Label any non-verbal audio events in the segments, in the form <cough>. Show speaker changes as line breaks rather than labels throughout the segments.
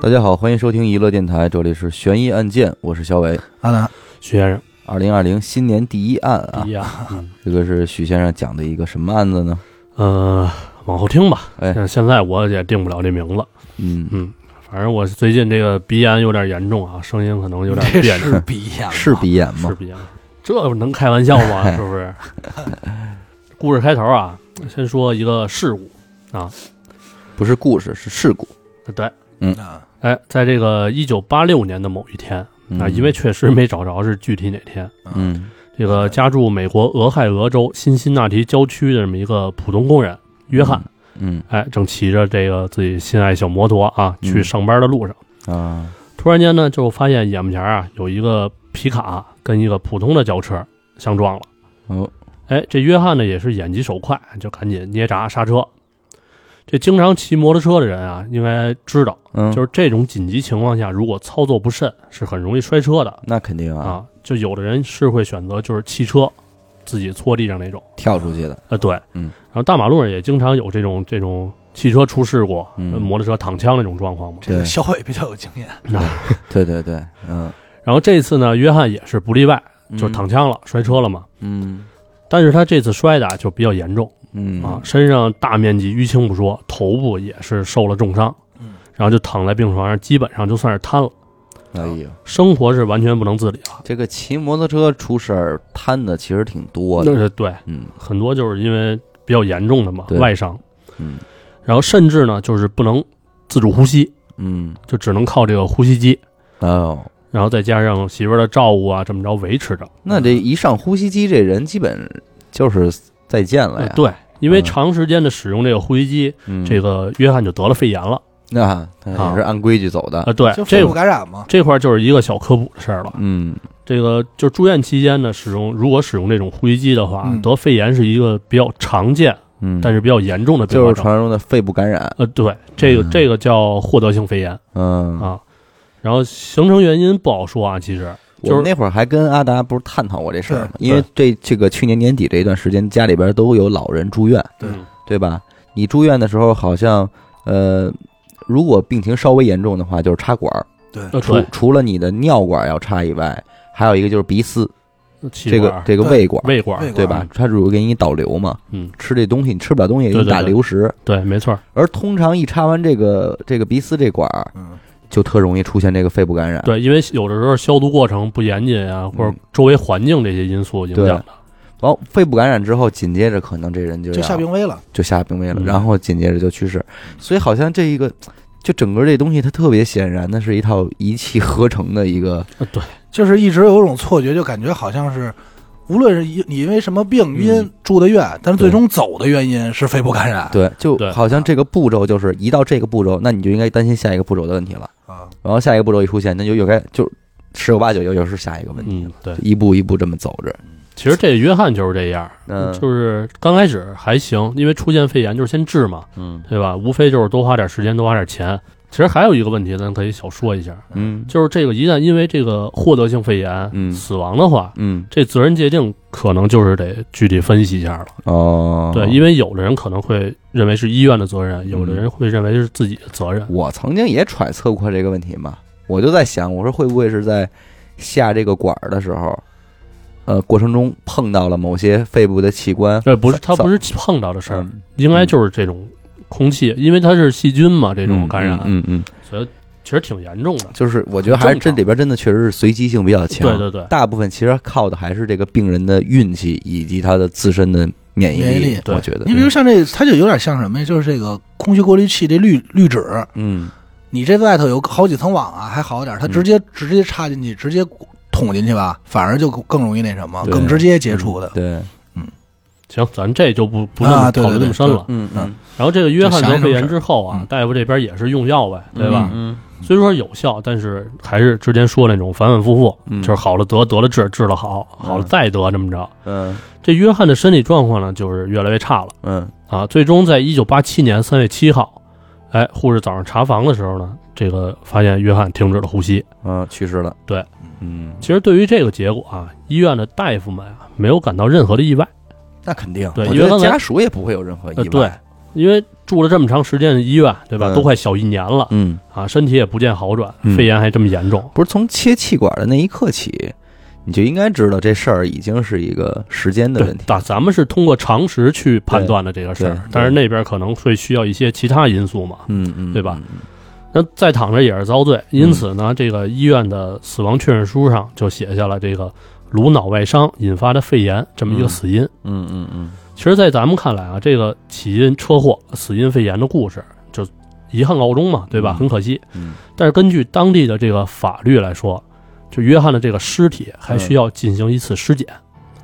大家好，欢迎收听娱乐电台，这里是悬疑案件，我是小伟。
阿南，
徐先生
二零二零新年第一案啊
一，样。嗯
这个是许先生讲的一个什么案子呢？
呃，往后听吧。
哎
但现在我也定不了这名字。
嗯，
嗯，反正我最近这个鼻炎有点严重啊，声音可能有点
这
别扭，
是鼻炎吗，
是鼻炎
是
吗？
鼻炎。这能开玩笑吗？是不是？故事开头啊，先说一个事故。
不是故事，是事故。
对，
啊，
哎，在这个一九八六年的某一天
嗯
啊，因为确实没找着是具体哪天，
嗯
这个家住美国俄亥俄州辛辛那提郊区的这么一个普通工人约翰，
嗯
哎，正骑着这个自己心爱小摩托啊，
嗯
去上班的路上，
啊
突然间呢，就发现眼目前啊有一个皮卡跟一个普通的轿车相撞了。
哦
哎，这约翰呢也是眼疾手快，就赶紧捏闸刹车。这经常骑摩托车的人啊，应该知道，
嗯，
就是这种紧急情况下，如果操作不慎，是很容易摔车的
那肯定啊，
啊。就有的人是会选择就是汽车自己搓地上那种，
跳出去的。
呃，对，
嗯。
然后大马路上也经常有这种这种汽车出事故，
嗯
呃摩托车躺枪那种状况嘛。
这个
对
小伟比较有经验，
对对对，嗯，
<laughs> 然后这次呢，约翰也是不例外， <laughs> 就是
嗯
躺。枪了，摔车了嘛。
嗯
但是他这次摔的啊就比较严重
嗯
啊，身上大面积淤青不说，头部也是受了重伤
嗯，
然后就躺在病床上，基本上就算是瘫了，
哎呦，
生活是完全不能自理了。
这个骑摩托车出事儿摊的其实挺多
那
的。
是对，
嗯
很多就是因为比较严重的嘛，
对
外伤，
嗯
然后甚至呢就是不能自主呼吸，
嗯，
就只能靠这个呼吸机，
哦，
然后再加上媳妇儿的照顾啊，这么着维持着。
那这一上呼吸机，这人基本就是再见了
呃
呀。
对，因为
嗯
长时间的使用这个呼吸机，
嗯，
这个约翰就得了肺炎了
那他也是按规矩走的。
啊。对
就，肺
这
部感染嘛，
这块儿就是一个小科普的事儿了。
嗯
这个就是住院期间呢，使用如果使用这种呼吸机的话，
嗯
得肺炎是一个比较常见，
嗯，
但是比较严重的并
就
发
是
症。
传说中的肺部感染。
呃，对，这个
嗯
这个叫获得性肺炎
嗯，
啊。然后形成原因不好说啊，其实
我
就是
们那会儿还跟阿达不是探讨过这事儿吗？
对
因为这这个去年年底这一段时间，家里边都有老人住院，
对
嗯
对吧？你住院的时候，好像呃，如果病情稍微严重的话，就是插管儿，
对，
呃
除
对，
除了你的尿管要插以外，还有一个就是鼻饲，
嗯气
这个
管
这个
对
胃管，
胃管
胃管
对吧？？它主要给你导流嘛，
嗯，
吃这东西你吃不了东西，
对
你
对
打
对
流食。
对，没错儿，
而通常一插完这个这个鼻饲这管儿，
嗯，
就特容易出现这个肺部感染。
对，因为有的时候消毒过程不严谨啊，或者
啊嗯
周围环境这些因素影响的。
然后肺部感染之后，紧接着可能这人就
就
要
下病危了，
就下病危了，
嗯
然后紧接着就去世。所以好像这一个，就整个这东西，它特别显然的是一套一气呵成的一个，
呃对，
就是一直有种错觉，就感觉好像是。无论是因你因为什么病因住的院，但是最终走的原因是肺部感染
嗯对，就
对啊
好像这个步骤就是一到这个步骤，那你就应该担心下一个步骤的问题了。
啊，
然后下一个步骤一出现，那就又该就十有八九又又是下一个问题，
嗯，对
就。一步一步这么走着。
其实这约翰就是这样，
嗯
就是刚开始还行，因为出现肺炎就是先治嘛，
嗯
对吧？无非就是多花点时间，多花点钱。其实还有一个问题，咱可以小说一下，
嗯
就是这个一旦因为这个获得性肺炎、
嗯
死亡的话，
嗯
这责任界定可能就是得具体分析一下了。
哦，
对，因为有的人可能会认为是医院的责任，有的
嗯
人会认为是自己的责任。
我曾经也揣测过这个问题嘛，我就在想，我说会不会是在下这个管儿的时候，呃，过程中碰到了某些肺部的器官，
这不是
早
他不是碰到的事儿，
嗯
应该就是这种空气，因为它是细菌嘛，这种感染，
嗯嗯嗯
所以其实挺严重的。
就是我觉得还是
很正
这
常
里边真的确实是随机性比较强，
对对对，
大部分其实靠的还是这个病人的运气以及他的自身的免疫
免疫力
力，
对
我觉得
你，比如像这，它就有点像什么呀？就是这个空气过滤器这滤滤纸，
嗯
你这外头有好几层网啊，还好点儿，它直接、直接插进去，直接捅进去吧，反而就更容易那什么，
对嗯
更直接接触的。
对，
行，咱这就不不那
啊
么
对
讨论
对
那么深了。
嗯
嗯
然后这个约翰
就
得
想一种
肺
事
炎
儿
之后啊
嗯，
大夫这边也是用药呗，对吧？
嗯
虽说有效，但是还是之前说那种反反复复，
嗯
就是好了得，得了治，治了好，好了
嗯
再得，这么着。
嗯
这约翰的身体状况呢，就是越来越差了
嗯
啊。最终在一九八七年三月七号，哎，护士早上查房的时候呢，这个发现约翰停止了呼吸。
嗯，去世了，
对，
嗯，
其实对于这个结果啊，医院的大夫们啊，没有感到任何的意外。
那肯定，
对
我
因
觉
为
得
刚才
呃家属也不会有任何
呃，
意
对
外，，啊
因为住了这么长时间的医院，对吧？
嗯
都快小一年了
嗯，
啊，身体也不见好转
嗯，
肺炎还这么严重。
不是从切气管的那一刻起，你就应该知道这事儿已经是一个时间的
对
问，题。
咱咱们是通过常识去判断的这个事
对对
儿，但是那边可能会需要一些其他因素嘛。
嗯嗯，
对吧？那再躺着也是遭罪，因此呢，这个医院的死亡确认书上就写下了这个颅脑外伤引发的肺炎这么一个死因。
嗯嗯嗯
其实，在咱们看来啊，这个起因车祸、死因肺炎的故事，就遗憾告终嘛，对
嗯
吧？很可惜。
嗯
但是根据当地的这个法律来说，就约翰的这个尸体还需要进行一次尸检，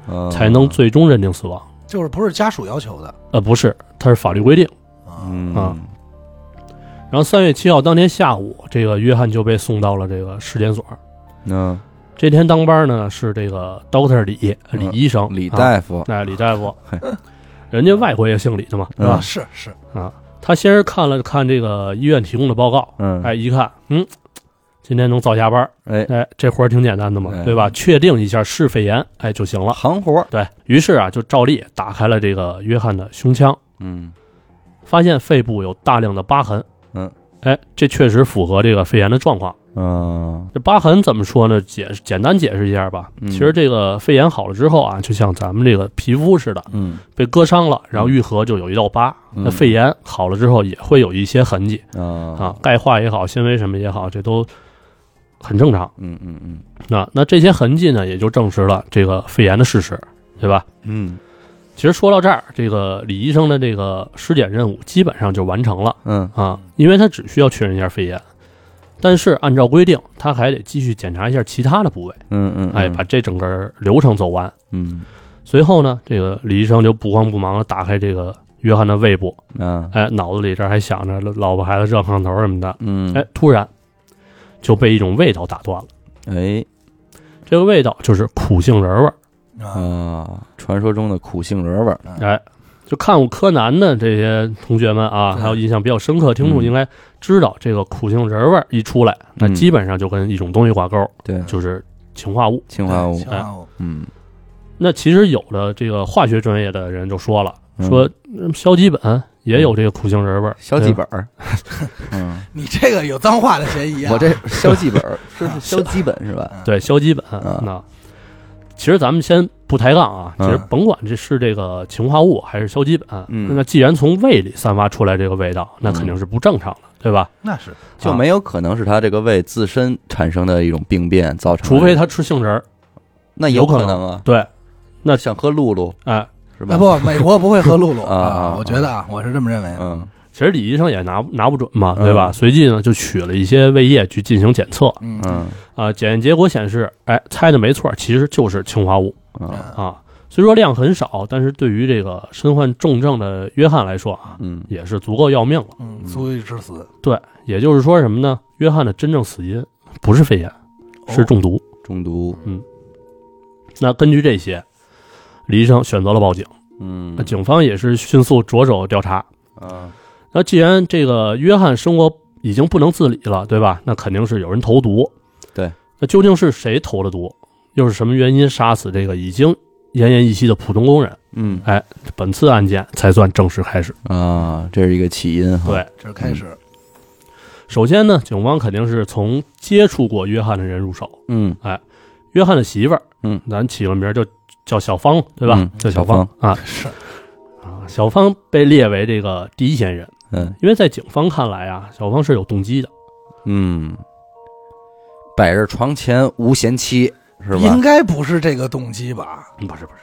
嗯，
才能最终认定死亡。
就是不是家属要求的
呃，不是，它是法律规定。
啊？
嗯
啊然后三月七号当天下午，这个约翰就被送到了这个尸检所。
那
这天当班呢是这个 Doctor 李李医生，
嗯李
啊，
大夫，
哎，李
<laughs>
大夫
嘿，
人家外国也姓李的嘛，是
啊
吧？
是是，
啊，他先是看了看这个医院提供的报告，
嗯
哎，一看，嗯，今天能早下班儿，
哎，
哎，这活儿挺简单的嘛
哎，
对吧？确定一下是肺炎，哎就行了。
行活儿，
对于是啊，就照例打开了这个约翰的胸腔，
嗯
发现肺部有大量的疤痕。
嗯，
哎，这确实符合这个肺炎的状况。
嗯
这疤痕怎么说呢？解简单解释一下吧。
嗯
其实这个肺炎好了之后啊，就像咱们这个皮肤似的，
嗯
被割伤了，然后愈合就有一道疤。
嗯
那肺炎好了之后也会有一些痕迹
啊，
啊，钙化也好，纤维什么也好，这都很正常。
嗯嗯嗯
那啊那这些痕迹呢，也就证实了这个肺炎的事实，对吧？
嗯
其实说到这儿，这个李医生的这个尸检任务基本上就完成了
嗯
啊，因为他只需要确认一下肺炎，但是按照规定，他还得继续检查一下其他的部位，
嗯嗯，
哎，把这整个流程走完。
嗯
随后呢，这个李医生就不慌不忙地打开这个约翰的胃部，
啊
哎，脑子里这儿还想着老婆孩子热炕头什么的，
嗯
哎，突然就被一种味道打断了。
哎
这个味道就是苦杏仁味儿，
啊，
啊，传说中的苦杏仁味儿，
哎，就看过柯南的这些同学们啊，
对
还有印象比较深刻的听众
嗯
应该知道，这个苦杏仁味儿一出来，那
嗯
基本上就跟一种东西挂钩，
对，
就是氰化物。
氰化物
对，氰化物
嗯，
那其实有的这个化学专业的人就说了，
嗯
说嗯硝基苯也有这个苦杏仁味儿，
消
对
基
吧
本儿， <laughs> 嗯，
你这个有脏话的嫌疑啊！
我这消基本儿 <laughs> 是啊是消基本是吧？
对硝基苯。
嗯
那其实咱们先不抬杠啊，其
嗯
实甭管这是这个氰化物还是硝基苯，
嗯
那既然从胃里散发出来这个味道，那肯定是不正常的，对吧？啊
那是
就没有可能是他这个胃自身产生的一种病变造成的，
除非他吃杏仁儿，
那有可能啊，
对，那
想喝露露
哎。
是吧？
啊，不，美国不会喝露露
啊啊啊
我觉得啊，我是这么认为的。
嗯
其实李医生也拿拿不准嘛，对吧？
嗯
随即呢就取了一些胃液去进行检测，
嗯
嗯
啊、检验结果显示，哎，猜的没错，其实就是氰化物
嗯
啊。虽说量很少，但是对于这个身患重症的约翰来说啊，
嗯
也是足够要命了。
嗯，足以致死，
对，也就是说什么呢？约翰的真正死因不是肺炎，
嗯
是
哦
中毒。
中毒，
那根据这些，李医生选择了报警。
嗯
那警方也是迅速着手调查。
啊
那既然这个约翰生活已经不能自理了，对吧？那肯定是有人投毒。
对，
那究竟是谁投的毒？又是什么原因杀死这个已经奄奄一息的普通工人？
嗯
本次案件才算正式开始。
啊，这是一个起因哈，
对
这是开始。
首先呢，警方肯定是从接触过约翰的人入手。
嗯
约翰的媳妇儿，
嗯，
咱起个名儿就叫小芳，对吧？
嗯
叫
小
芳啊
是
啊！小芳被列为这个第一嫌疑人，
嗯
因为在警方看来啊，小芳是有动机的。
嗯，摆着床前无贤妻是吧
应？该不是这个动机吧？
嗯不是不是，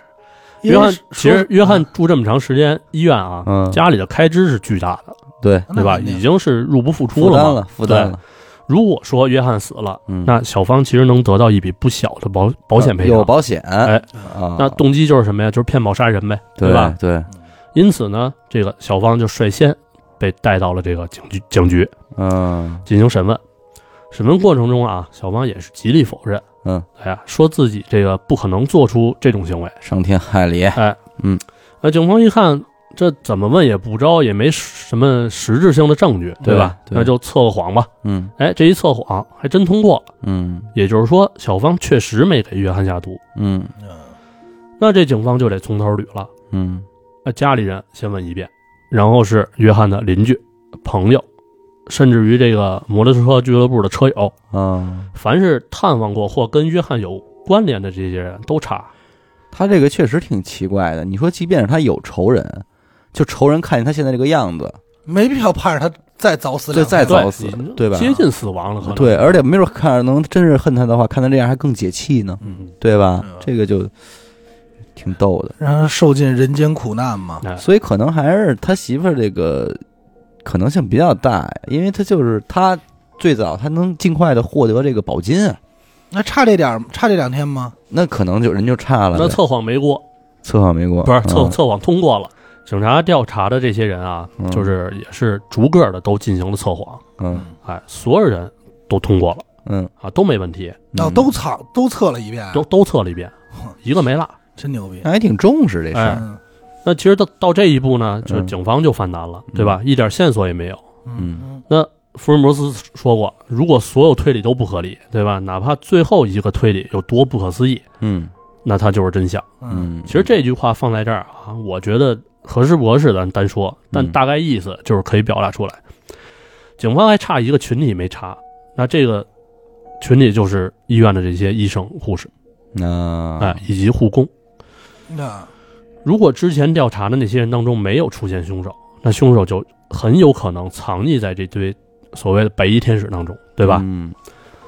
因
约
为
翰
说
其实约翰住这么长时间医院啊，
嗯
家里的开支是巨大的，
对，
嗯那
对吧？
肯定
已经是入不敷出
负担
了嘛。
了负担了，
如果说约翰死了，
嗯，
那小芳其实能得到一笔不小的保保险赔
有
偿。
保险，哎啊，
那动机就是什么呀？就是骗保杀人呗，
对
吧？？
对，
因此呢，这个小芳就率先被带到了这个警局警局
嗯
进行审问。审问过程中啊，小芳也是极力否认，
嗯，
哎呀，说自己这个不可能做出这种行为。
伤天害理，
哎，
嗯，
那警方一看，这怎么问也不招，也没什么实质性的证据，
对
吧？
对
那就测个谎吧。
嗯
哎，这一测谎还真通过了，
嗯
也就是说，小芳确实没给约翰下毒。
嗯
那这警方就得从头捋了。
嗯
那家里人先问一遍，然后是约翰的邻居、朋友，甚至于这个摩托车俱乐部的车友，
啊，
凡是探望过或跟约翰有关联的这些人都查。
他这个确实挺奇怪的。你说，即便是他有仇人，就仇人看见他现在这个样子，
没必要盼着他再早死
这
两
再
天。
早死
对已经
对吧
接近死亡了，可能。嗯
对，而且没准看着能真是恨他的话，看他这样还更解气呢，
嗯，
对吧
嗯？
这个就挺逗的。
让他受尽人间苦难嘛。
哎，
所以可能还是他媳妇儿这个可能性比较大，因为他就是他最早他能尽快的获得这个宝金啊，
那差这点儿，差这两天吗？
那可能就人就差了。
那测谎没过，
测谎没过，
不是测
嗯
测谎通过了。警察调查的这些人啊
嗯，
就是也是逐个的都进行了测谎，
嗯
哎，所有人都通过了
嗯，
啊，都没问题，
那
嗯
哦都测都测了一遍，
都都测了一
<laughs>
遍，一个没落。
真牛逼。
那还挺重视这事儿，
哎
嗯
那其实到到这一步呢，就
嗯
警方就犯难了，对吧？一点线索也没有。
嗯
福尔摩斯说过，如果所有推理都不合理，对吧？哪怕最后一个推理有多不可思议，
嗯
那它就是真相。
嗯
嗯，
其实这句话放在这儿啊，我觉得合适不合适咱单说，但大概意思就是可以表达出来。警方还差一个群体没查，那这个群体就是医院的这些医生、护士，
那
哎，以及护工。
嗯，那
如果之前调查的那些人当中没有出现凶手，那凶手就很有可能藏匿在这堆所谓的白衣天使当中，对吧？嗯
嗯，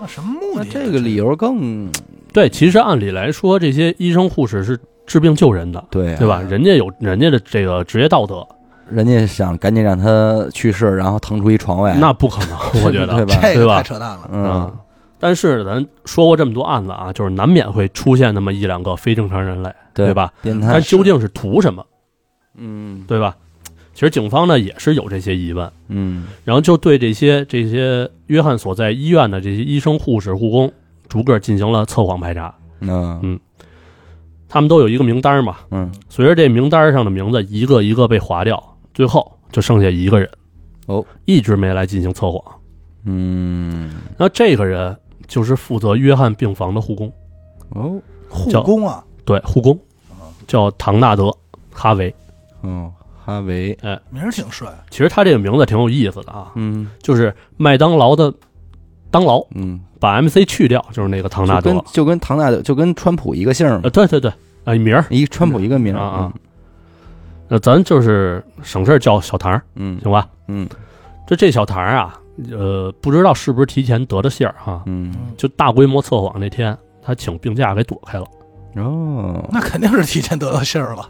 那什么目
那
的？啊
这个理由更
对，其实按理来说，这些医生护士是治病救人的，
对啊
对吧？人家有人家的这个职业道德，
人家想赶紧让他去世，然后腾出一床位，
那不可能，我觉
对
得。
吧？
这
对
个
吧
太扯淡了。
嗯，
啊但是咱说过这么多案子啊，就是难免会出现那么一两个非正常人类，
对哎
对吧？
变态
但，究竟是图什么，
嗯
对吧？其实警方呢也是有这些疑问，
嗯
然后就对这些这些约翰所在医院的这些医生、护士、护工逐个进行了测谎排查，
那
嗯他们都有一个名单嘛，
嗯，
随着这名单上的名字一个一个被划掉，最后就剩下一个人，
哦，
一直没来进行测谎。
嗯
那这个人就是负责约翰病房的护工，
哦
护
叫
工啊，
对，护工
啊
叫唐纳德·哈维。
哦，哈维，
名儿挺帅，
其实他这个名字挺有意思的啊，
嗯
就是麦当劳的当劳，
嗯，
把 MC 去掉就是那个唐纳
就
德。
跟就跟唐纳德就跟川普一个姓儿嘛
呃，，对对对，啊、名儿，
一川普一个名儿
啊啊，那咱就是省事儿叫小唐儿，
嗯
行吧？
嗯
这这小唐儿啊，呃，不知道是不是提前得的信儿哈、
嗯
就大规模测谎那天，他请病假给躲开了。
嗯，哦，
那肯定是提前得到信儿了。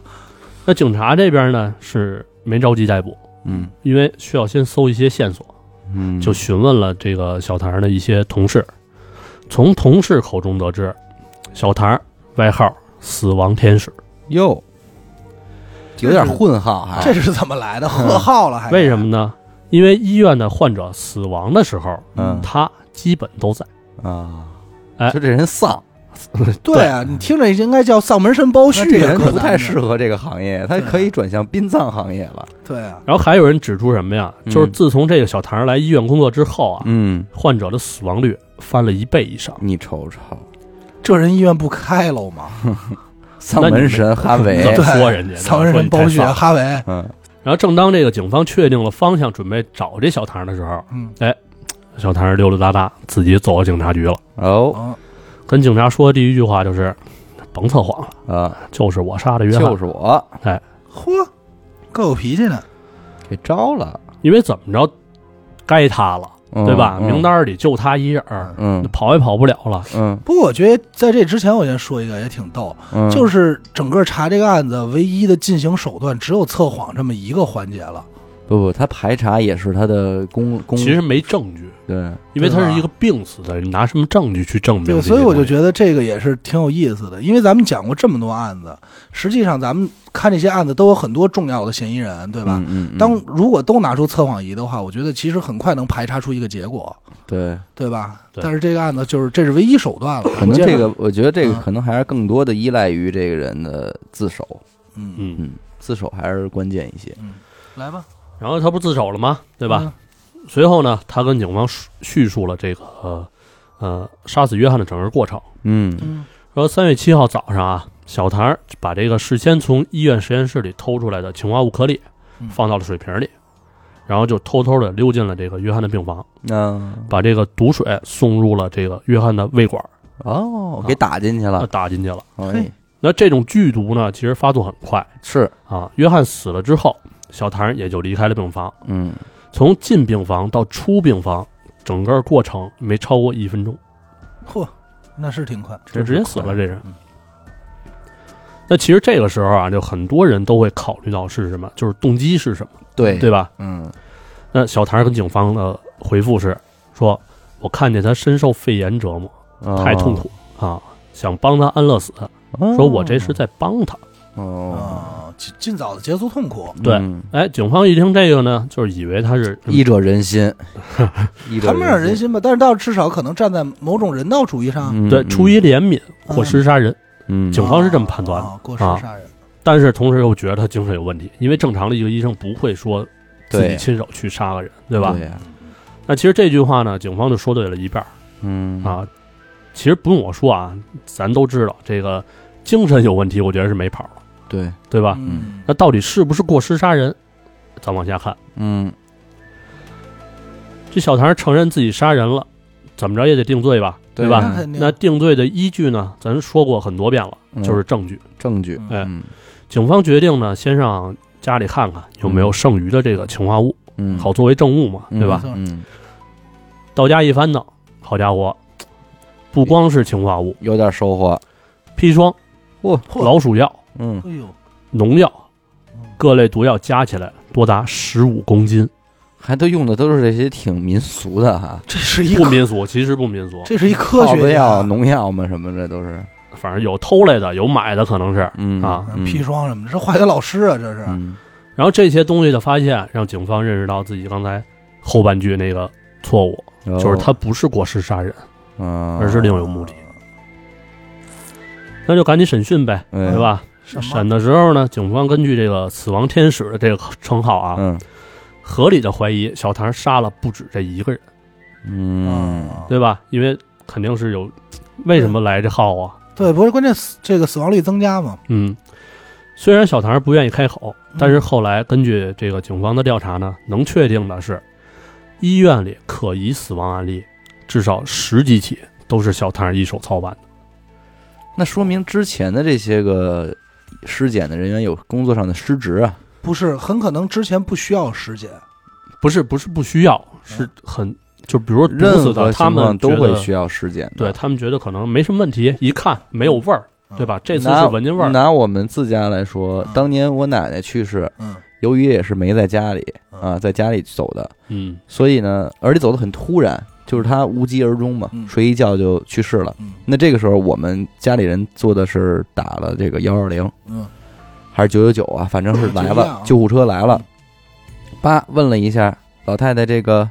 那警察这边呢是没着急逮捕，
嗯
因为需要先搜一些线索，
嗯，
就询问了这个小唐的一些同事，从同事口中得知，小唐外号“死亡天使
哟，有点混号还，
这是怎么来的？贺号
哎
了还”，是？
为什么呢？因为医院的患者死亡的时候，
嗯
他基本都在。 <laughs>
啊，
哎
就这人丧，
对啊，你听着应该叫丧门神包
那
胥，
这人
可
不太适
合。
合这个行业，他
对啊
可以转向殡葬行业了。
对啊，
然后还有人指出什么呀？
嗯
就是自从这个小唐来医院工作之后啊，
嗯，
患者的死亡率翻了一倍以上。
你瞅瞅，
这人医院不开喽吗？
丧门神哈
那
维
你，说人家
丧门
说你
神包
太
胥、
丧
哈维，
<laughs> 嗯
然后正当这个警方确定了方向，准备找这小唐的时候，
嗯，
小唐溜溜达达自己走到警察局了，
<laughs> 哦
哦，
跟警察说的第一句话就是：“甭测谎了，
啊，
就是我杀的约翰。
就是我
嚯，够有脾气呢。
给招了，
因为怎么着，该他了，
嗯
对吧？
嗯
名单里就他一人儿，
嗯
跑也跑不了了。
嗯
不过我觉得在这之前，我先说一个也挺逗，
嗯，
就是是整个查这个案子唯一的进行手段只有测谎这么一个环节了。
不不，他排查也是他的公公，
其实没证据，
对，
因为他
对吧
是一个病死的，你拿什么证据去证明这
对，
些东西？
所以我就觉得这个也是挺有意思的，因为咱们讲过这么多案子，实际上咱们看这些案子都有很多重要的嫌疑人，对吧？
嗯嗯，嗯
当如果都拿出测谎仪的话，我觉得其实很快能排查出一个结果，
对，
对吧？
对
但是这个案子就是这是唯一手段了，
可能
接着
这个，我觉得这个
嗯
可能还是更多的依赖于这个人的自首，
嗯，
嗯，
嗯，自首还是关键一些，
来吧，
然后他不自首了吗？对
对
吧？？随后呢，他跟警方叙叙述了这个呃呃杀死约翰的整个过程。
嗯
嗯
说三月七号早上啊，小唐把这个事先从医院实验室里偷出来的氰化物颗粒
嗯
放到了水瓶里，然后就偷偷的溜进了这个约翰的病房，
嗯，
把这个毒水送入了这个约翰的胃管，
哦，给打进去了，
打进去了。
哎，
那这种剧毒呢，其实发作很快
是，
啊。约翰死了之后，小谭也就离开了病房。
嗯，
从进病房到出病房，整个过程没超过一分钟，
嚯，那是挺快。
就直接死了。这人
嗯。
那其实这个时候啊，就很多人都会考虑到是什么，就是动机是什么，
对
对，吧？
嗯，
那小谭跟警方的回复是说：“我看见他深受肺炎折磨，太痛苦啊，想帮他安乐死，
嗯哦，
说我这是在帮他。
哦，
啊，尽尽早的结束痛苦。
对嗯
嗯
哎，警方一听这个呢，就是以为他是
医者仁心， <laughs> 医者
谈不上人
仁，
心吧，但是倒至少可能站在某种人道主义上，
嗯
对出，于怜悯
嗯
或失杀人，
嗯，
警方是这么判断的
啊，过失
啊
杀人，
但是同时又觉得他精神有问题，因为正常的一个医生不会说自己
对
亲手去杀个人，对吧？
对呀，
那其实这句话呢，警方就说对了一半儿
嗯，
啊。其实不用我说啊，咱都知道这个精神有问题，我觉得是没跑了，
对，
对吧？
嗯，
那到底是不是过失杀人？咱往下看，
嗯，
这小唐承认自己杀人了，怎么着也得定罪吧，
对
吧？
啊
肯定
那定罪的依据呢？咱说过很多遍了，
嗯
就是证据。
证据，
嗯
哎
嗯
警方决定呢，先上家里看看有没有剩余的这个氰化物，
嗯，
好作为证物嘛，
嗯，
对吧？
嗯，
到家一翻呢，好家伙，不光是氰化物、
有点收获，
砒霜、
嚯
老鼠药、
嗯，
哎呦，
农药，
嗯
各类毒药加起来多达十五公斤，
还都用的都是这些挺民俗的哈，
这是一
不
个，
民俗，其实不民俗，
这是一科
耗子
学
药、
家，
农药嘛什么的都是，
反正有偷来的，有买的，可能是。
嗯
啊
嗯砒，霜什么的，这化学老师啊，这是，
嗯
然后这些东西的发现，让警方认识到自己刚才后半句那个错误，
嗯，
就是他不是过失杀人，
嗯，
而是另有目的。
哦
那就赶紧审讯呗，
嗯
对吧？
什
审
么？啊
的时候呢，警方根据这个“死亡天使”的这个称号啊，
嗯
合理的怀疑小唐杀了不止这一个人，
啊
嗯，
哦
对吧？因为肯定是有，为什么来这号啊？
对，不是关键死这个死亡率增加嘛？
嗯，虽然小唐不愿意开口，
嗯
但是后来根据这个警方的调查呢，能确定的是，医院里可疑死亡案例至少十几起都是小唐一手操办的。
那说明之前的这些个尸检的人员有工作上的失职啊，
不是，很可能之前不需要尸检，
不是不是不需要，是很就比如说毒
嗯任
死的，
何
他
情
们
况都
觉
会
得
需要尸检的，
对他们觉得可能没什么问题，一看没有味儿，对吧？这次
拿
是闻见味儿，
拿我们自家来说
嗯，
当年我奶奶去世，
嗯？
由于也是没在家里
嗯
啊，在家里走的，
嗯，
所以呢，而且走的很突然，就是她无疾而终嘛，
嗯
睡一觉就去世了。
嗯
那这个时候，我们家里人做的是打了这个幺二零
嗯
还是九九九啊，反正是来
就这样
了
啊，
救护车来了。爸问了一下老太太这个，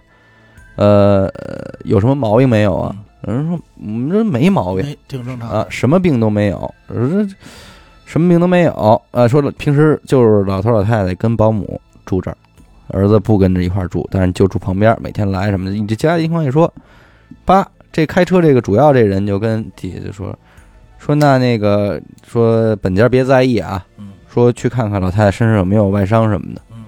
呃，呃有什么毛病没有啊？
嗯
有人说我们这没毛病
没哎挺正常的
啊，什么病都没有。我说这什么病都没有。呃，说了平时就是老头老太太跟保姆住这儿，儿子不跟着一块儿住，但是就住旁边，每天来什么的。你这家里情况一说，爸，这开车这个主要这人就跟底下就说说那那个说本家别在意啊，
嗯
说去看看老太太身上有没有外伤什么的。
嗯，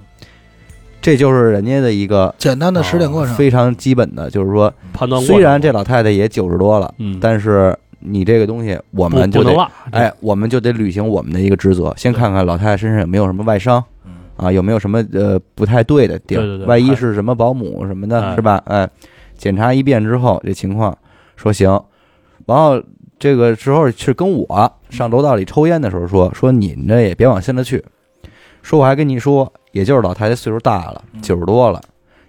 这就是人家的一个
简单的尸检过程，
哦非常基本的，就是说，
判断过
虽然
程
这老太太也九十多了，
嗯，
但是你这个东西我
不
们就
不
得
能落，
哎，我们就得履行我们的一个职责，先看看老太太身上有没有什么外伤
嗯
啊，有没有什么呃不太对的地儿，
对对对
万一是什么保姆什么的，
哎
是吧？哎，检查一遍之后这情况，说行，然后这个时候是跟我上楼道里抽烟的时候说，说你那也别往心里去，说我还跟你说，也就是老太太岁数大了，
嗯
九十多了，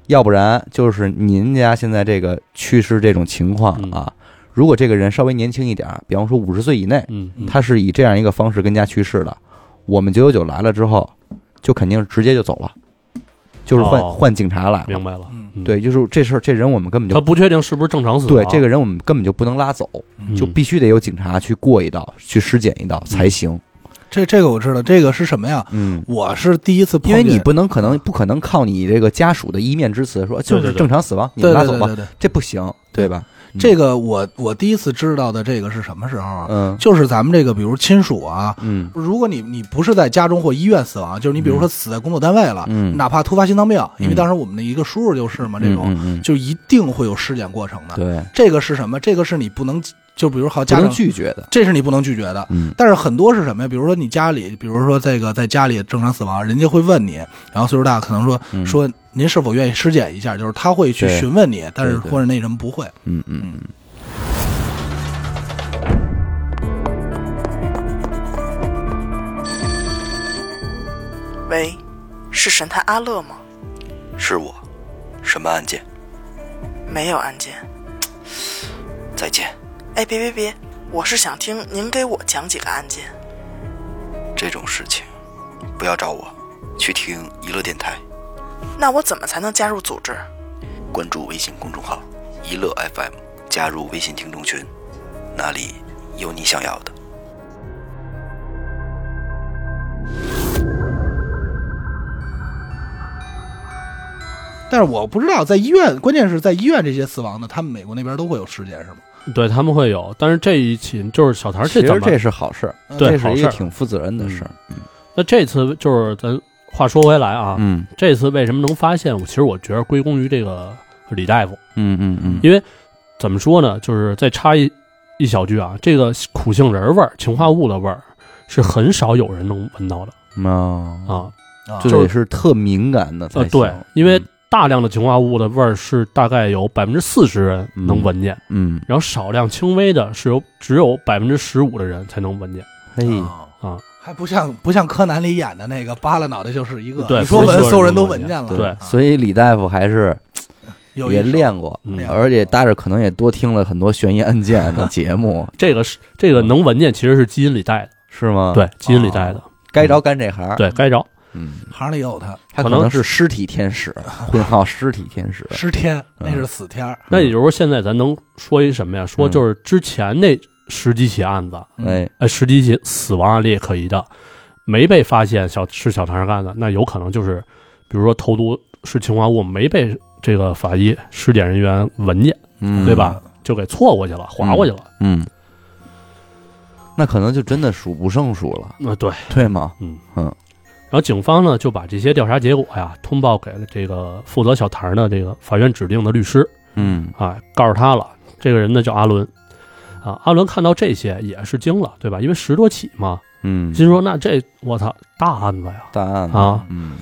要不然就是您家现在这个去世这种情况啊，如果这个人稍微年轻一点儿，比方说五十岁以内。
嗯，嗯
他是以这样一个方式跟家去世的。我们九九九来了之后，就肯定直接就走了，就是换、
哦
换警察来了。
明白了，
嗯
嗯，
对，就是这事儿，这人我们根本
他
就
不确定是不是正常死
嗯
亡，啊
对这个人我们根本就不能拉走，
嗯
就必须得有警察去过一道，去尸检一道才行。
这这个我知道，这个是什么呀？
嗯，
我是第一次碰
因
见，
为你不能可能不可能靠你这个家属的一面之词说就
对
是
对对
正常死亡，你
对
们拉
对
走
对对
吧，
对对
这不行，对吧？嗯
这个我我第一次知道的这个是什么时候啊？
嗯
就是咱们这个，比如亲属啊，
嗯
如果你你不是在家中或医院死亡，就是你比如说死在工作单位了，
嗯，
哪怕突发心脏病，因
嗯
为当时我们的一个叔叔就是嘛，这种、
嗯嗯嗯
就一定会有尸检过程的。
对，
这个是什么？这个是你不能，就比如好
不
家
能
长，
拒绝的，
这是你不能拒绝的。
嗯
但是很多是什么呀？比如说你家里，比如说这个在家里正常死亡，人家会问你，然后岁数大可能说、
嗯
说您是否愿意尸检一下，就是他会去
对
询问你，但是
对对
或者那什么不会。
嗯嗯嗯。
喂，是神探阿乐吗？
是我，什么案件？
没有案件。
再见，
哎，别别别，我是想听您给我讲几个案件。
这种事情不要找我，去听娱乐电台，
那我怎么才能加入组织？
关注微信公众号“娱乐 FM”，加入微信听众群，那里有你想要的。
但是我不知道在医院，关键是在医院这些死亡的，他们美国那边都会有尸检是吗？
对他们会有，但是这一起就是小唐
其
这
实
怎么
这是好事儿，
嗯
对
这是一
好事
个
儿
挺负责任的事儿。
那这次就是咱话说回来啊，
嗯
这次为什么能发现？其实我觉得归功于这个李大夫，
嗯嗯嗯
因为怎么说呢，就是再插一一小句啊，这个苦杏仁味儿、氰化物的味儿是很少有人能闻到的
嗯啊，
啊。
啊，
就得是特敏感的才
呃，
行
对，因为
嗯
大量的氰化物的味儿是大概有百分之四十人能闻见，
嗯，
然后少量轻微的是有只有百分之十五的人才能闻见
嘿，
啊
啊。
还不像不像柯南里演的那个扒拉脑袋就是一个，
对
你说
所有
闻
人
所有人
都
都
闻
闻见了，
对
啊
所以李大夫还是
有
也
一手
练过，
嗯
练，
而且搭着可能也多听了很多悬疑案件的节目，
这个是这
嗯
个能闻见其实是基因里带的，
是吗？，
对，基因里带的，
该着干这行。，
对该着。
哦嗯，
行里有他，
他
可
可
能
能是尸体天使，混号尸体天使。
尸天
嗯
那是死天儿，
那也就是说，现在咱能说一什么呀？
嗯
说就是之前那十几起案子，
嗯
<laughs> 哎，
呃，十几起死亡案例可疑的，没被发现小是小唐干的，那有可能就是，比如说投毒是氰化物没被这个法医尸检人员闻见，
嗯，
对吧？就给错过去了，划过去了。
嗯，那可能就真的数不胜数了，
那对，
对吗？
然后警方呢就把这些调查结果呀通报给了这个负责小唐的这个法院指定的律师
嗯
啊，告诉他了，这个人呢叫阿伦。啊，阿伦看到这些也是惊了，对吧？因为十多起嘛，
嗯，
心说那这我操大案子呀！
答案呢
啊，
嗯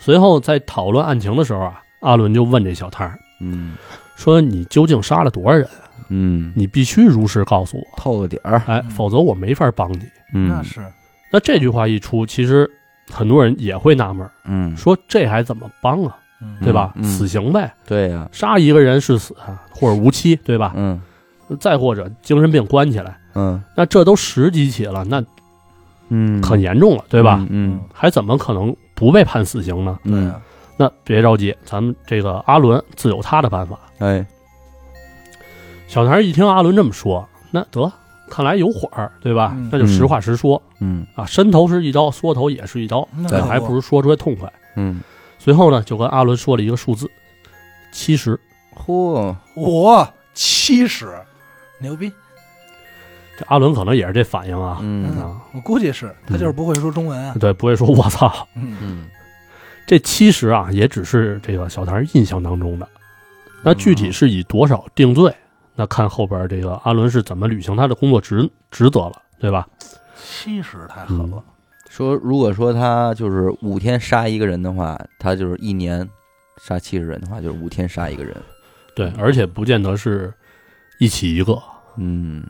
随后在讨论案情的时候啊，阿伦就问这小摊儿
嗯
说：“你究竟杀了多少人？
嗯，
你必须如实告诉我，
透个底儿，
哎，否则我没法帮你。
那
嗯
是”
那这句话一出，其实很多人也会纳闷儿，
嗯，
说这还怎么帮啊？
嗯
对吧？
嗯嗯
死刑呗，
对呀，
杀一个人是死啊，或者无期，对吧？
嗯
再或者精神病关起来，
嗯
那这都十几起了，那
嗯，
很严重了，对吧？
嗯？
还怎么可能不被判死刑呢？
嗯嗯，
啊
那别着急，咱们这个阿伦自有他的办法。
哎，
小唐一听阿伦这么说，那得，看来有火儿，对吧？
嗯
那就实话实说
嗯
啊，伸头是一刀，缩头也是一刀，
那
对
可
还不如说出来痛快。
嗯，
随后呢，就跟阿伦说了一个数字，七十。
嚯，
我七十，牛逼！
这阿伦可能也是这反应啊，
嗯
啊，
我估计是他就是不会说中文啊。
对，不会说 <laughs> 我操，
嗯，
嗯
这七十啊，也只是这个小唐印象当中的。那具
嗯
体是以多少定罪？那看后边这个阿伦是怎么履行他的工作职职责了，对吧？
七十太狠了，
说如果说他就是五天杀一个人的话，他就是一年杀七十人的话，就是五天杀一个人。
对，而且不见得是一起一个，
嗯，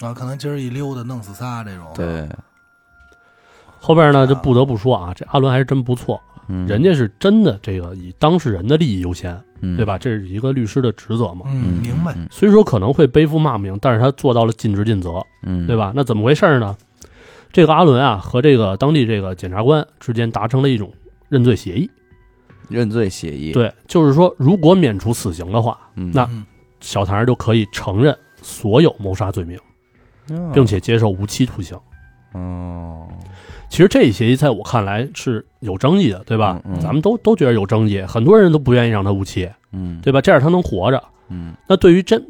啊，可能今儿一溜达弄死仨这种。，
对，
后边呢，就不得不说啊，这阿伦还是真不错，
嗯
人家是真的这个以当事人的利益优先，
嗯
对吧？这是一个律师的职责嘛。
嗯，明白。
嗯
虽说可能会背负骂名，但是他做到了尽职尽责，
嗯，
对？吧？那怎么回事呢？这个阿伦啊和这个当地这个检察官之间达成了一种认罪协议，
认罪协议，，
对，就是说如果免除死刑的话，
嗯、
那
嗯
小唐就可以承认所有谋杀罪名，
哦
并且接受无期徒刑。
嗯，
其实这一协议在我看来是有争议的，对吧？
嗯嗯
咱们都都觉得有争议，很多人都不愿意让他误切，
嗯，
对吧？这样他能活着。
嗯
那对于这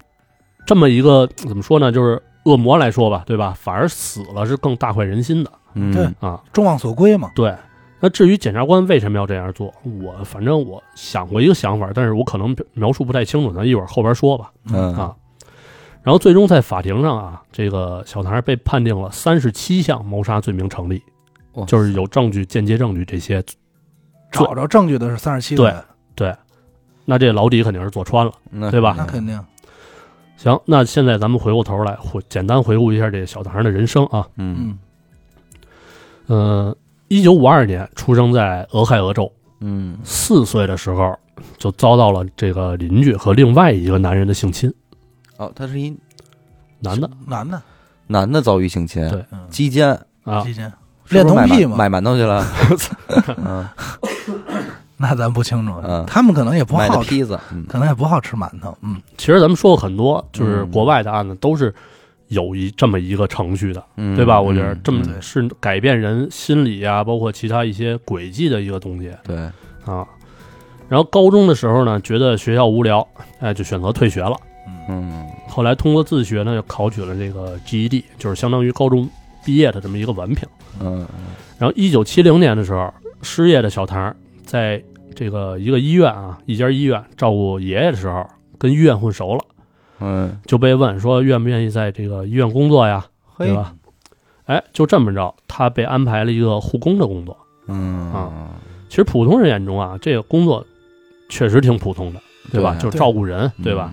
这么一个怎么说呢，就是恶魔来说吧，对吧？反而死了是更大快人心的
嗯，
对
啊。
众望所归嘛。
对，那至于检察官为什么要这样做，我反正我想过一个想法，但是我可能描述不太清楚，咱一会儿后边说吧。
嗯
啊然后最终在法庭上啊，这个小男孩被判定了三十七项谋杀罪名成立
哇，
就是有证据、间接证据这些。
找着证据的是三十七个人，
那这老底肯定是坐穿了。
那
对吧
那肯定。
行，那现在咱们回过头来，回简单回顾一下这小男孩的人生啊。
嗯
嗯
呃，一九五二年出生在俄亥俄州，
嗯
四岁的时候就遭到了这个邻居和另外一个男人的性侵，
哦，他是一
男的
男的，
男的遭遇性侵，
对
嗯，
鸡奸，
啊，
基金，
是不是
恋童
买
癖
馒
嘛
买馒头去
<laughs>
了，嗯，
那咱不清楚
嗯，
他们可能也不
买的
好吃，
披萨，嗯
可能也不好吃馒头。嗯，
其实咱们说过很多，就是
嗯
国外的案子都是有一这么一个程序的，
嗯，
对吧？我觉得
嗯
这么
嗯
是改变人心理啊，包括其他一些轨迹的一个东西
对，
啊。然后高中的时候呢，觉得学校无聊，哎，就选择退学了。
嗯
后来通过自学呢，又考取了这个 GED，就是相当于高中毕业的这么一个文凭。
嗯
然后一九七零年的时候，失业的小唐在这个一个医院啊，一家医院照顾爷爷的时候，跟医院混熟了，
嗯，
就被问说愿不愿意在这个医院工作呀，对吧？哎，就这么着，他被安排了一个护工的工作。
嗯
啊其实普通人眼中啊，这个工作确实挺普通的，对吧？
对嗯
就是照顾人，对吧？？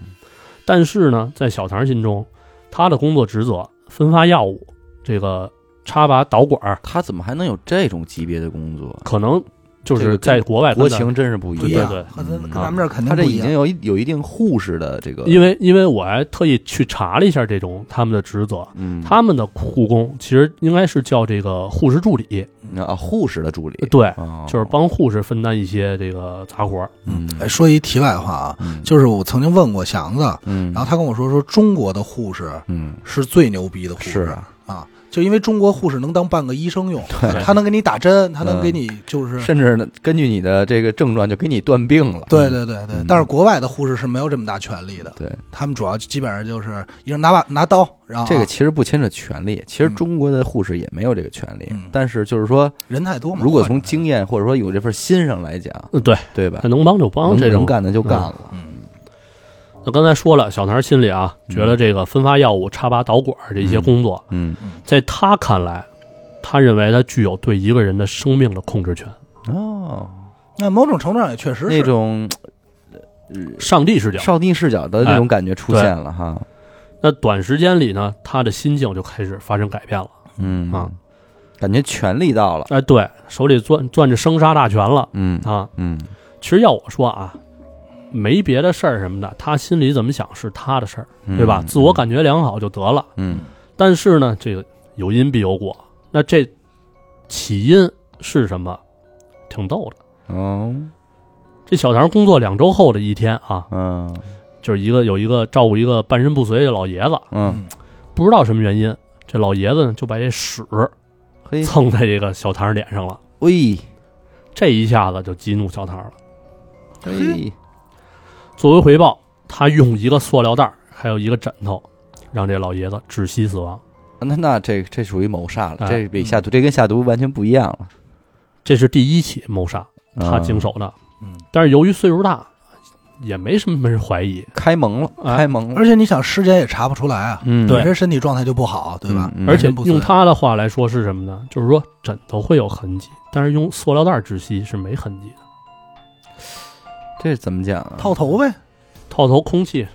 但是呢，在小唐心中，他的工作职责分发药物，这个插拔导管儿，
他怎么还能有这种级别的工作？
可能就
这个
是
跟
在国外
国
跟咱
情真是不
不
一
一
样
样，，和
哎对对
咱
嗯
跟咱们这儿肯
他这
定不一
已经
样。
有一有一定护士的这个，
因为因为我还特意去查了一下这种他们的职责，
嗯，
他们的护工其实应该是叫这个护士助理，
啊护士的助理，
对，
哦，
就是帮护士分担一些这个杂活儿。
嗯
哎，说一题外话啊，
嗯
就是我曾经问过祥子，
嗯，
然后他跟我说说中国的护士
嗯
是最牛逼的护
是
士啊，就因为中国护士能当半个医生用，
对
他能给你打针，他能给
嗯
你就是
甚至呢，根据你的这个症状就给你断病了。
对对对对
嗯，
但是国外的护士是没有这么大权力的，
对，
他们主要基本上就是一人拿把拿刀，然后啊
这个其实不牵扯权利，其实
嗯
中国的护士也没有这个权利。
嗯
但是就是说，
人太多嘛。
如果从
啊
换着
经验或者说有这份心上来讲，
嗯，对，
对吧
他？能帮就帮，
能
这
能
种。
干的就干了。
那刚才说了，小唐心里啊，
嗯
觉得这个分发药物、插拔导管儿这些工作，
嗯
在他看来，他认为他具有对一个人的生命的控制权。
哦，
那某种程度上也确实
那
是，
种
上帝视角，
上帝视角的那种感觉出现了哈。
那短时间里呢，他的心境就开始发生改变了。
嗯
啊，
感觉权力到了。
哎，对手里攥攥着生杀大权了
嗯
啊！
嗯
其实要我说啊，没别的事儿什么的，他心里怎么想是他的事儿，
嗯，
对吧？自我感觉良好就得了。
嗯
但是呢，这个有因必有果，那这起因是什么？挺逗的。
哦
这小唐工作两周后的一天啊，
嗯
就是一个有一个照顾一个半身不遂的老爷子，
嗯，
不知道什么原因，这老爷子呢就把这屎
嘿，
蹭在这个小唐脸上了，
喂
这一下子就激怒小唐了。
嘿，
作为回报，他用一个塑料袋儿还有一个枕头，让这老爷子窒息死亡。
那那这这属于谋杀了，
哎
这比下毒这跟下毒完全不一样了。
这是第一起谋杀，他经手的。
嗯，
但是由于岁数大，也没什么人怀疑。
嗯开蒙了，
哎
开蒙了。
而且你想尸检也查不出来啊，
嗯
本身身体状态就不好，对吧？
嗯嗯
而且
人不遂
用他的话来说是什么呢？就是说枕头会有痕迹，但是用塑料袋窒息是没痕迹的。
这怎么讲啊？
套头呗，
套头空气，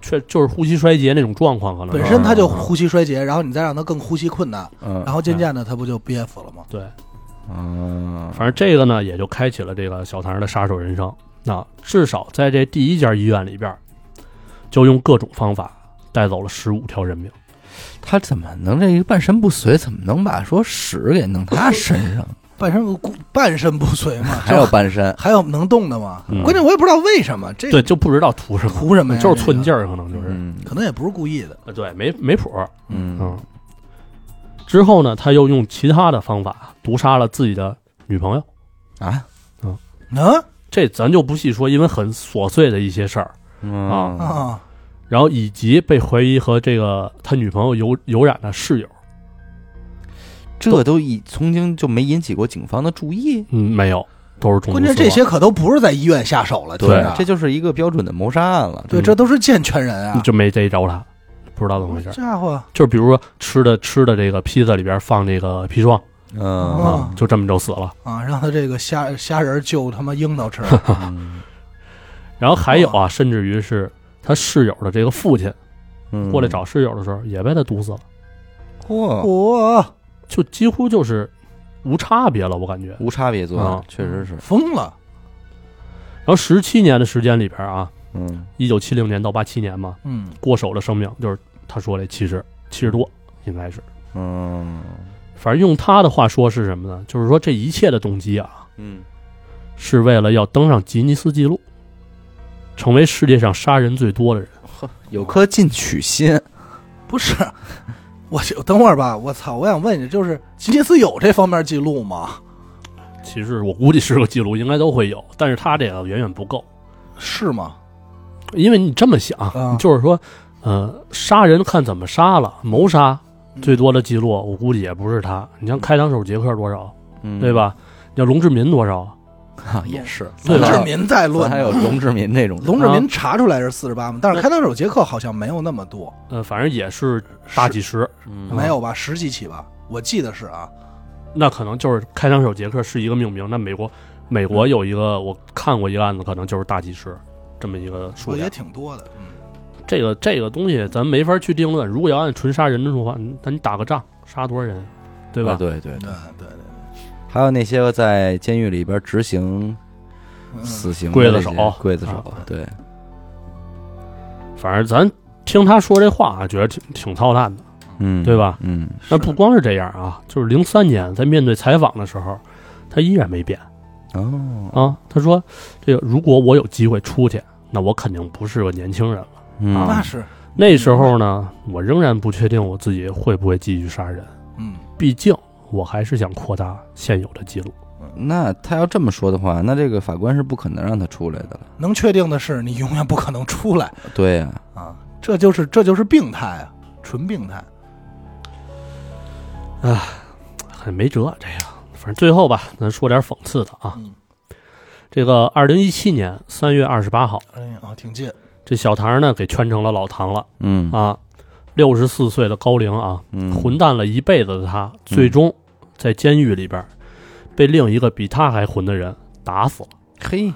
却就是呼吸衰竭那种状况，可能
本
是
身他就呼吸衰竭，然后你再让他更呼吸困难，
嗯，
然后渐渐的他不就憋死了吗？
对。
嗯，
反正这个呢，也就开启了这个小唐的杀手人生。啊，至少在这第一家医院里边儿，就用各种方法带走了十五条人命。
他怎么能这个半身不遂？怎么能把说屎给弄他身上？
半身骨半身不遂嘛，
还有半身，
还有能动的吗？
嗯
关键我也不知道为什么这
对，就不知道图什么，
图什么呀
就是
这个
寸劲儿，可能就是，呃
嗯
可能也不是故意的。
呃对，没没谱儿，
嗯
嗯。之后呢，他又用其他的方法毒杀了自己的女朋友。
啊，
嗯
这咱就不细说，因为很琐碎的一些事儿。
嗯，
啊，
然后以及被怀疑和这个他女朋友有有染的室友，
这都已曾经就没引起过警方的注意，
嗯，没有，都是中毒
关键
死
这
亡
些可都不是在医院下手了，听着
这嗯就是一个标准的谋杀案了。
对，这都是健全人啊，
嗯就没逮着他，不知道怎么回事。
这家伙
就是比如说吃的吃的这个披萨里边放这个砒霜
嗯
啊
哦，
就这么就死了。
啊，让他这个虾虾仁儿就他妈樱桃吃，
<laughs>
啊
嗯
然后还有啊，甚至于是他室友的这个父亲
嗯，
过来找室友的时候，也被他毒死了，
嚯，
我
就几乎就是无差别了，我感觉。
无差别作案
啊，
确实是，
疯了，
然后十七年的时间里边啊，
嗯
一九七零年到八七年嘛，
嗯，
过手的生命就是他说的七十七十多，应该是。
嗯
反正用他的话说是什么呢？就是说这一切的动机啊，
嗯，
是为了要登上吉尼斯纪录，成为世界上杀人最多的人。
有颗进取心，
不是。我就等会儿吧，我操！我想问你，就是吉尼斯有这方面记录吗？
其实我估计是个记录，应该都会有，但是他这个远远不够，
是吗？
因为你这么想，
啊
你就是说，呃，杀人看怎么杀了，谋杀
嗯
最多的记录，我估计也不是他。你像开膛手杰克多少，
嗯
对？吧？你像龙志民多少？
啊，也是，
对
龙
吧
志民在
咱
论
嗯还有
嗯
龙志民这种
龙志民查出来是四十八嘛，但是开膛手杰克好像没有那么多，
呃，反正也是大几十。
嗯
没有吧？十几起吧，我记得是啊。
那可能就是开膛手杰克是一个命名。那美国，美国有一个我看过一个案子，可能就是大几十这么一个数
我也
量。
挺多的，嗯，
这个这个东西咱没法去定论。如果要按纯杀人的话，你那你打个仗杀多少人，对
啊对
吧？
对对
对
嗯对，
对对，
还有那些个在监狱里边执行
嗯
死刑
刽
的
子
那些
手
刽子手
啊，
对，
反正咱听他说这话啊，觉得挺挺操蛋的。
嗯，
对吧？
嗯，
那不光是这样啊，就是零三年在面对采访的时候，他依然没变
哦，
啊。他说：“这个如果我有机会出去，那我肯定不是个年轻人了。
那
嗯，
是，
那时候呢，我仍然不确定我自己会不会继续杀人。”
嗯，
毕竟我还是想扩大现有的记录。
那他要这么说的话，那这个法官是不可能让他出来的了。
能确定的是，你永远不可能出来
对呀，
啊！这就是这就是病态啊，纯病态。
很没辙，这个反正最后吧，咱说点讽刺的啊。
嗯
这个二零一七年三月二十八号，
哎呀，啊挺近，
这小唐呢给圈成了老唐了
嗯
啊，六十四岁的高龄啊，
嗯，
混蛋了一辈子的他，最终在监狱里边被另一个比他还混的人打死了
嘿，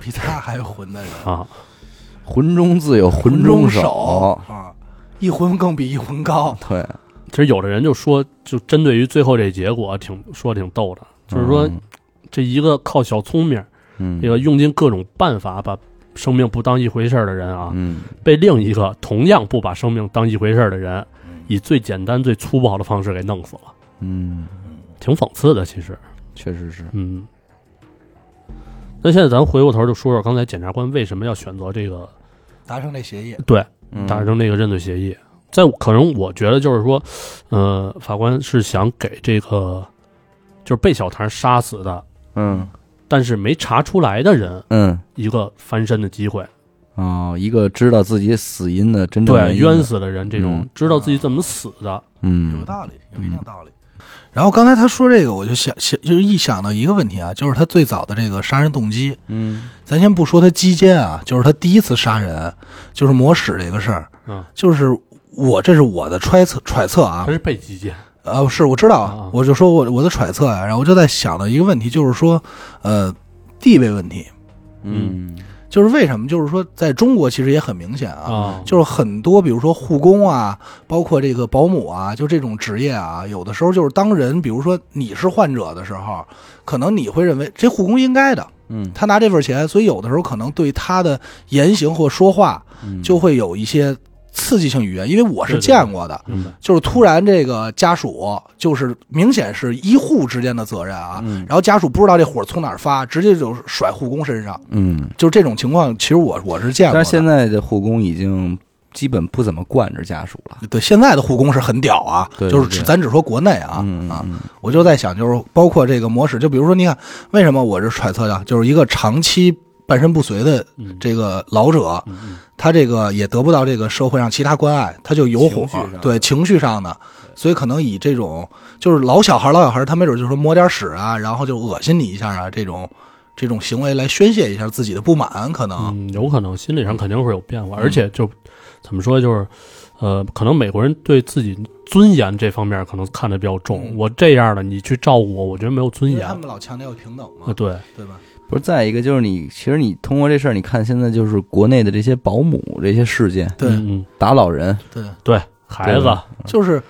比他还混的人，
啊。
魂中自有魂
中
中
手啊，一魂更比一魂高。
对，
其实有的人就说，就针对于最后这结果挺，说挺逗的，就是说这一个靠小聪明。
嗯，
这个用尽各种办法把生命不当一回事儿的人啊，
嗯，
被另一个同样不把生命当一回事儿的人，以最简单、最粗暴的方式给弄死了，
嗯
挺讽刺的。其实，
嗯，确实是，
嗯。那现在咱回过头就说说刚才检察官为什么要选择这个
达成这协议，
对
嗯
达成这个认罪协议，在我可能我觉得就是说，呃，法官是想给这个就是被小唐杀死的，
嗯
但是没查出来的人
嗯，
一个翻身的机会。
哦，一个知道自己死因的真正
对
原因的
冤，死的人，这种
嗯
知道自己怎么死的，
有
嗯
道理，有一定道理。然后刚才他说这个，我就想想，就是一想到一个问题啊，就是他最早的这个杀人动机，
嗯
咱先不说他击奸啊，就是他第一次杀人，就是抹屎这个事儿，
嗯，
就是我这是我的揣测揣测啊
他，是被击剑，
呃，是我知道啊
啊，
我就说我我的揣测啊，然后我就在想到一个问题，就是说，呃，地位问题，
嗯
就是为什么，就是说在中国其实也很明显啊，
啊
就是很多比如说护工啊，包括这个保姆啊，就这种职业啊，有的时候就是当人，比如说你是患者的时候，可能你会认为这护工应该的，
嗯，
他拿这份钱，所以有的时候可能对他的言行或说话
嗯
就会有一些刺激性语言，因为我是
对对
见过的。
明白
就是突然这个家属就是明显是医护之间的责任啊，
嗯
然后家属不知道这火从哪儿发，直接就甩护工身上，
嗯，
就是这种情况，其实我我是见过
但
的。
是现在的护工已经基本不怎么惯着家属了。
对，现在的护工是很屌啊，
对
就是
对
只咱只说国内啊、
嗯
啊，
嗯
我就在想，就是包括这个模式，就比如说，你看为什么我是揣测的，就是一个长期半身不遂的
嗯
这个老者，
嗯嗯
他这个也得不到这个社会上其他关爱，他就有
情
火
绪上，的
对情绪上的，所以可能以这种就是老小孩老小孩，他没准就是说抹点屎啊，然后就恶心你一下啊，这种这种行为来宣泄一下自己的不满，可能
嗯，有可能心理上肯定会有变
嗯
化，而且就怎么说就是，呃，可能美国人对自己尊严这方面可能看得比较重。
嗯
我这样的你去照顾我，我觉得没有尊
因为
嗯
严
他们老强调平等
呃
啊。
嘛，
对，
对吧？
不是，再一个就是你，其实你通过这事儿，你看现在就是国内的这些保姆这些事件，
对
嗯，嗯
打老人，
对，
对，孩
对
子，
就是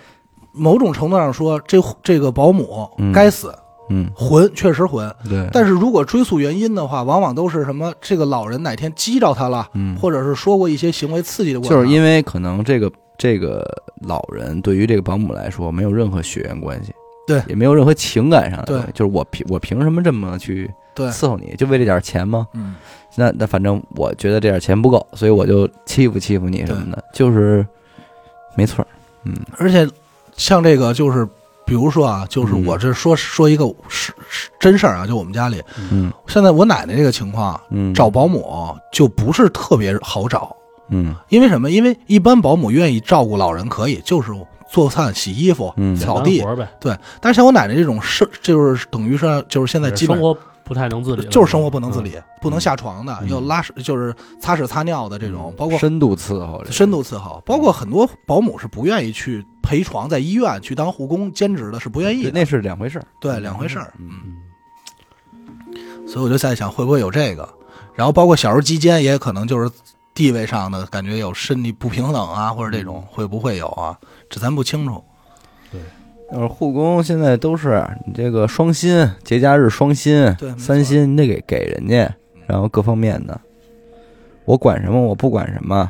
某种程度上说，这这个保姆
嗯
该死，
嗯，
混确实混，
对，
但是如果追溯原因的话，往往都是什么这个老人哪天激着他了，
嗯，
或者是说过一些行为刺激的过程，
就是因为可能这个这个老人对于这个保姆来说没有任何血缘关系，
对
也没有任何情感上的
对
东西，就是我凭我凭什么这么去
对，
伺候你，就为这点钱吗？
嗯，
那那反正我觉得这点钱不够，所以我就欺负欺负你什么的，就是没错儿，
而且像这个就是。比如说啊，就是我这说、说一个是是真事儿啊，就我们家里
嗯
现在我奶奶这个情况，
嗯，
找保姆就不是特别好找，
嗯
因为什么？因为一般保姆愿意照顾老人可以，就是做饭、洗衣服、
嗯
扫地
简单活儿呗，
对，但是像我奶奶这种是，就是等于是就是现在基本
生活不太能自理了，嗯
就是生活不能自理，不能下床的，
嗯
要拉屎就是擦屎擦尿的这种，包括
深度伺候这个，
深度伺候，包括很多保姆是不愿意去陪床，在医院去当护工兼职的，是不愿意
对
的，
那是两回事儿，
对两回事儿。嗯，
嗯。
所以我就在想会不会有这个，然后包括小时候期间也可能就是地位上的感觉有身体不平等啊，或者这种会不会有啊？这咱不清楚。
呃，护工现在都是你这个双薪，节假日双薪
对没，错嗯
三薪你得给给人家，然后各方面的，我管什么我不管什么，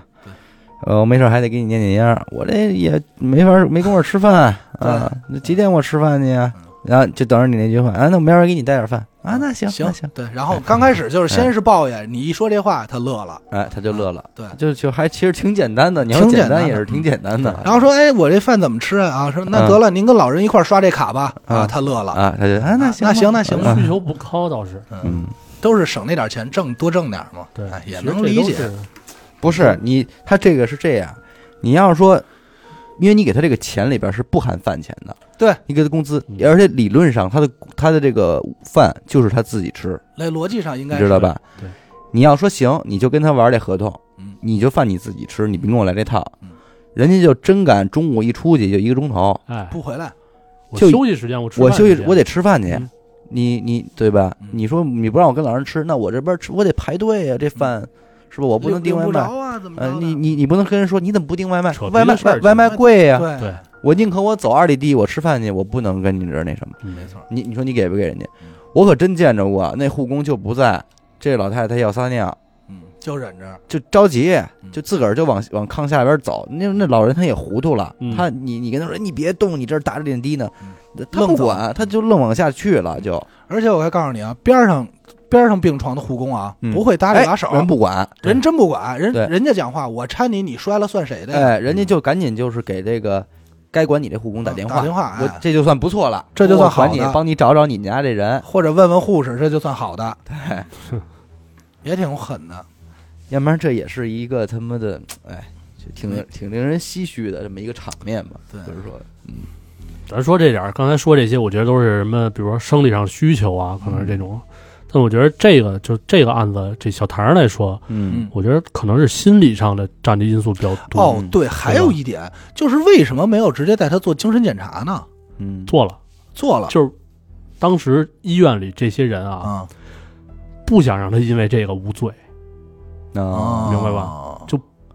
呃，我没事儿还得给你念念烟儿，我这也没法儿没工夫吃
<laughs>
饭啊，那几点我吃饭去啊？
嗯
然后就等着你那句话啊，那我明儿给你带点饭啊，那行那
行
行，
对，然后刚开始就是先是抱怨，你一说这话他乐了，
哎，他就乐了，
对
就就还其实挺简单的，你要
挺
简
简单
单
的
也是挺简单的
然后说哎我这饭怎么吃啊？啊说
嗯
那得了，您跟老人一块儿刷这卡吧啊，
嗯
他乐了。
啊，他就啊那行
那
吧
行那行吧
嗯
呃需求不高倒是，
嗯。
都是省那点钱，挣多挣点嘛，
对
哎，也
其实
能
这
理
都
解。
是，
不
嗯
是你，他这个是这样，你要是说，因为你给他这个钱里边是不含饭钱的，
对，
你给他工资
嗯，
而且理论上他的他的这个饭就是他自己吃，
那逻辑上应
你
该
知道吧？
对，
你要说行，你就跟他玩这合同
嗯，
你就饭你自己吃，你别跟我来这套
嗯，
人家就真敢中午一出去就一个钟头，
哎，
不回来，
我
就
休息时间我吃
我
饭
休
时
息
间
我得吃饭去
嗯。
你你对吧
嗯？
你说你不让我跟老人吃，那我这边吃我得排队呀、这饭是吧？我
我
不能订外
嗯不
卖
着，啊，怎么着
呃
的？，
你你你不能跟人说你怎么不订外卖
扯？皮
外卖
的事儿
外外卖贵呀、
对
对，
我宁可我走二里地，我吃饭去，我不能跟你这儿那什么。
嗯
没错，
你你说你给不给人家
嗯？
我可真见着过，啊那护工就不在，这老太太要撒尿，
嗯，就忍着，
就着急，就自个儿就往往炕下边走。那那老人他也糊涂了
嗯，
他你你跟他说哎你别动，你这儿打着点滴呢
嗯，
他不
愣走
管，他就愣往下去了，就
而且我还告诉你啊，边上边上病床的护工啊，
嗯
不会搭理把手，
哎人不管，
人真不管，人
对
人家讲话，我搀你，你摔了算谁的呀？
哎，人家就赶紧就是给这个该管你这护工打
嗯
电
打
话
电，话，
我
哎
这就算不错了，
这就算
我管
好
你
的
帮你找找你们家这人。
或者问问护士，这就算好的，也挺狠的。
要不然这也是一个他妈的，哎，就
嗯
挺挺令人唏嘘的这么一个场面吧。
对
就是说，
咱说这点儿，刚才说这些，我觉得都是什么，比如说生理上需求啊，可能是这种。但我觉得这个就这个案子，这小唐来说，
嗯
我觉得可能是心理上的占的因素比较多。
哦，
嗯
对，还有一点就是为什么没有直接带他做精神检查呢？
嗯，
做了，
做了
就是当时医院里这些人啊，
啊，
不想让他因为这个无罪，
哦
啊，
明白
吧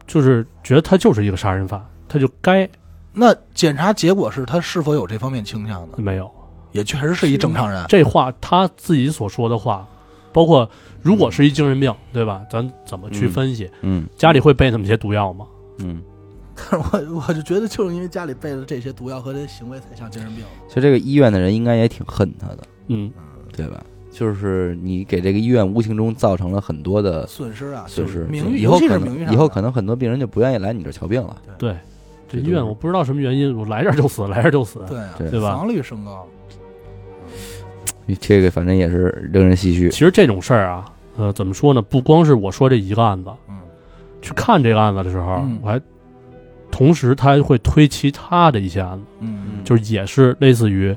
就是觉得他就是一个杀人犯，他就该
那检查结果是他是否有这方面倾向呢？
没有。
也确实是一正常人。
这话他自己所说的话，包括如果是一精神病，对吧？咱怎么去
嗯
分析？
嗯
家里会备那么些毒药吗？
嗯，
但是我我就觉得，就是因为家里备了这些毒药和这些行为，才像精神病。
其实这个医院的人应该也挺恨他的，
嗯，
对吧？就是你给这个医院无形中造成了很多的
损失啊，
损
就是
失，
名誉，
以后
尤其
可
是名誉上
能
的
以后可能很多病人就不愿意来你这儿瞧病了。
对，
这
这医
都
院
是
我不知道什么原因，我来这儿就死，来这儿就死，
对啊
对
对吧
防率升高，嗯
这个反正也是令人唏嘘
其。实这种事儿啊，呃，怎么说呢？不光是我说这一个案子，
嗯
去看这个案子的时候，
嗯
我还同时他还会推其他的一些案子，
嗯
就是也是类似于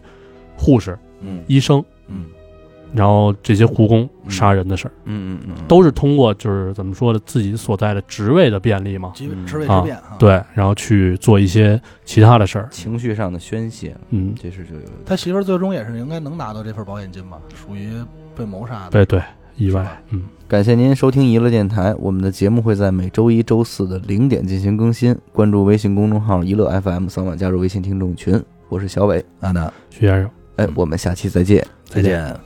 护士、
嗯
医生，
嗯
然后这些护工
嗯
杀人的事儿，
嗯嗯嗯，
都是通过就是怎么说呢，自己所在的职位的便利嘛，
即
嗯
职位
啊
之变啊，，
对，然后去做一些其他的事儿，
情绪上的宣泄，
嗯，
这是就有
他媳妇儿最终也是应该能拿到这份保险金吧，属于被谋杀的，
哎对对，意
是吧
外，嗯，
感谢您收听娱乐电台，我们的节目会在每周一周四的零点进行更新。关注微信公众号“娱乐 FM”，扫码加入微信听众群。我是小伟，
娜娜，
徐先生。
嗯哎，我们下期再见。
再见。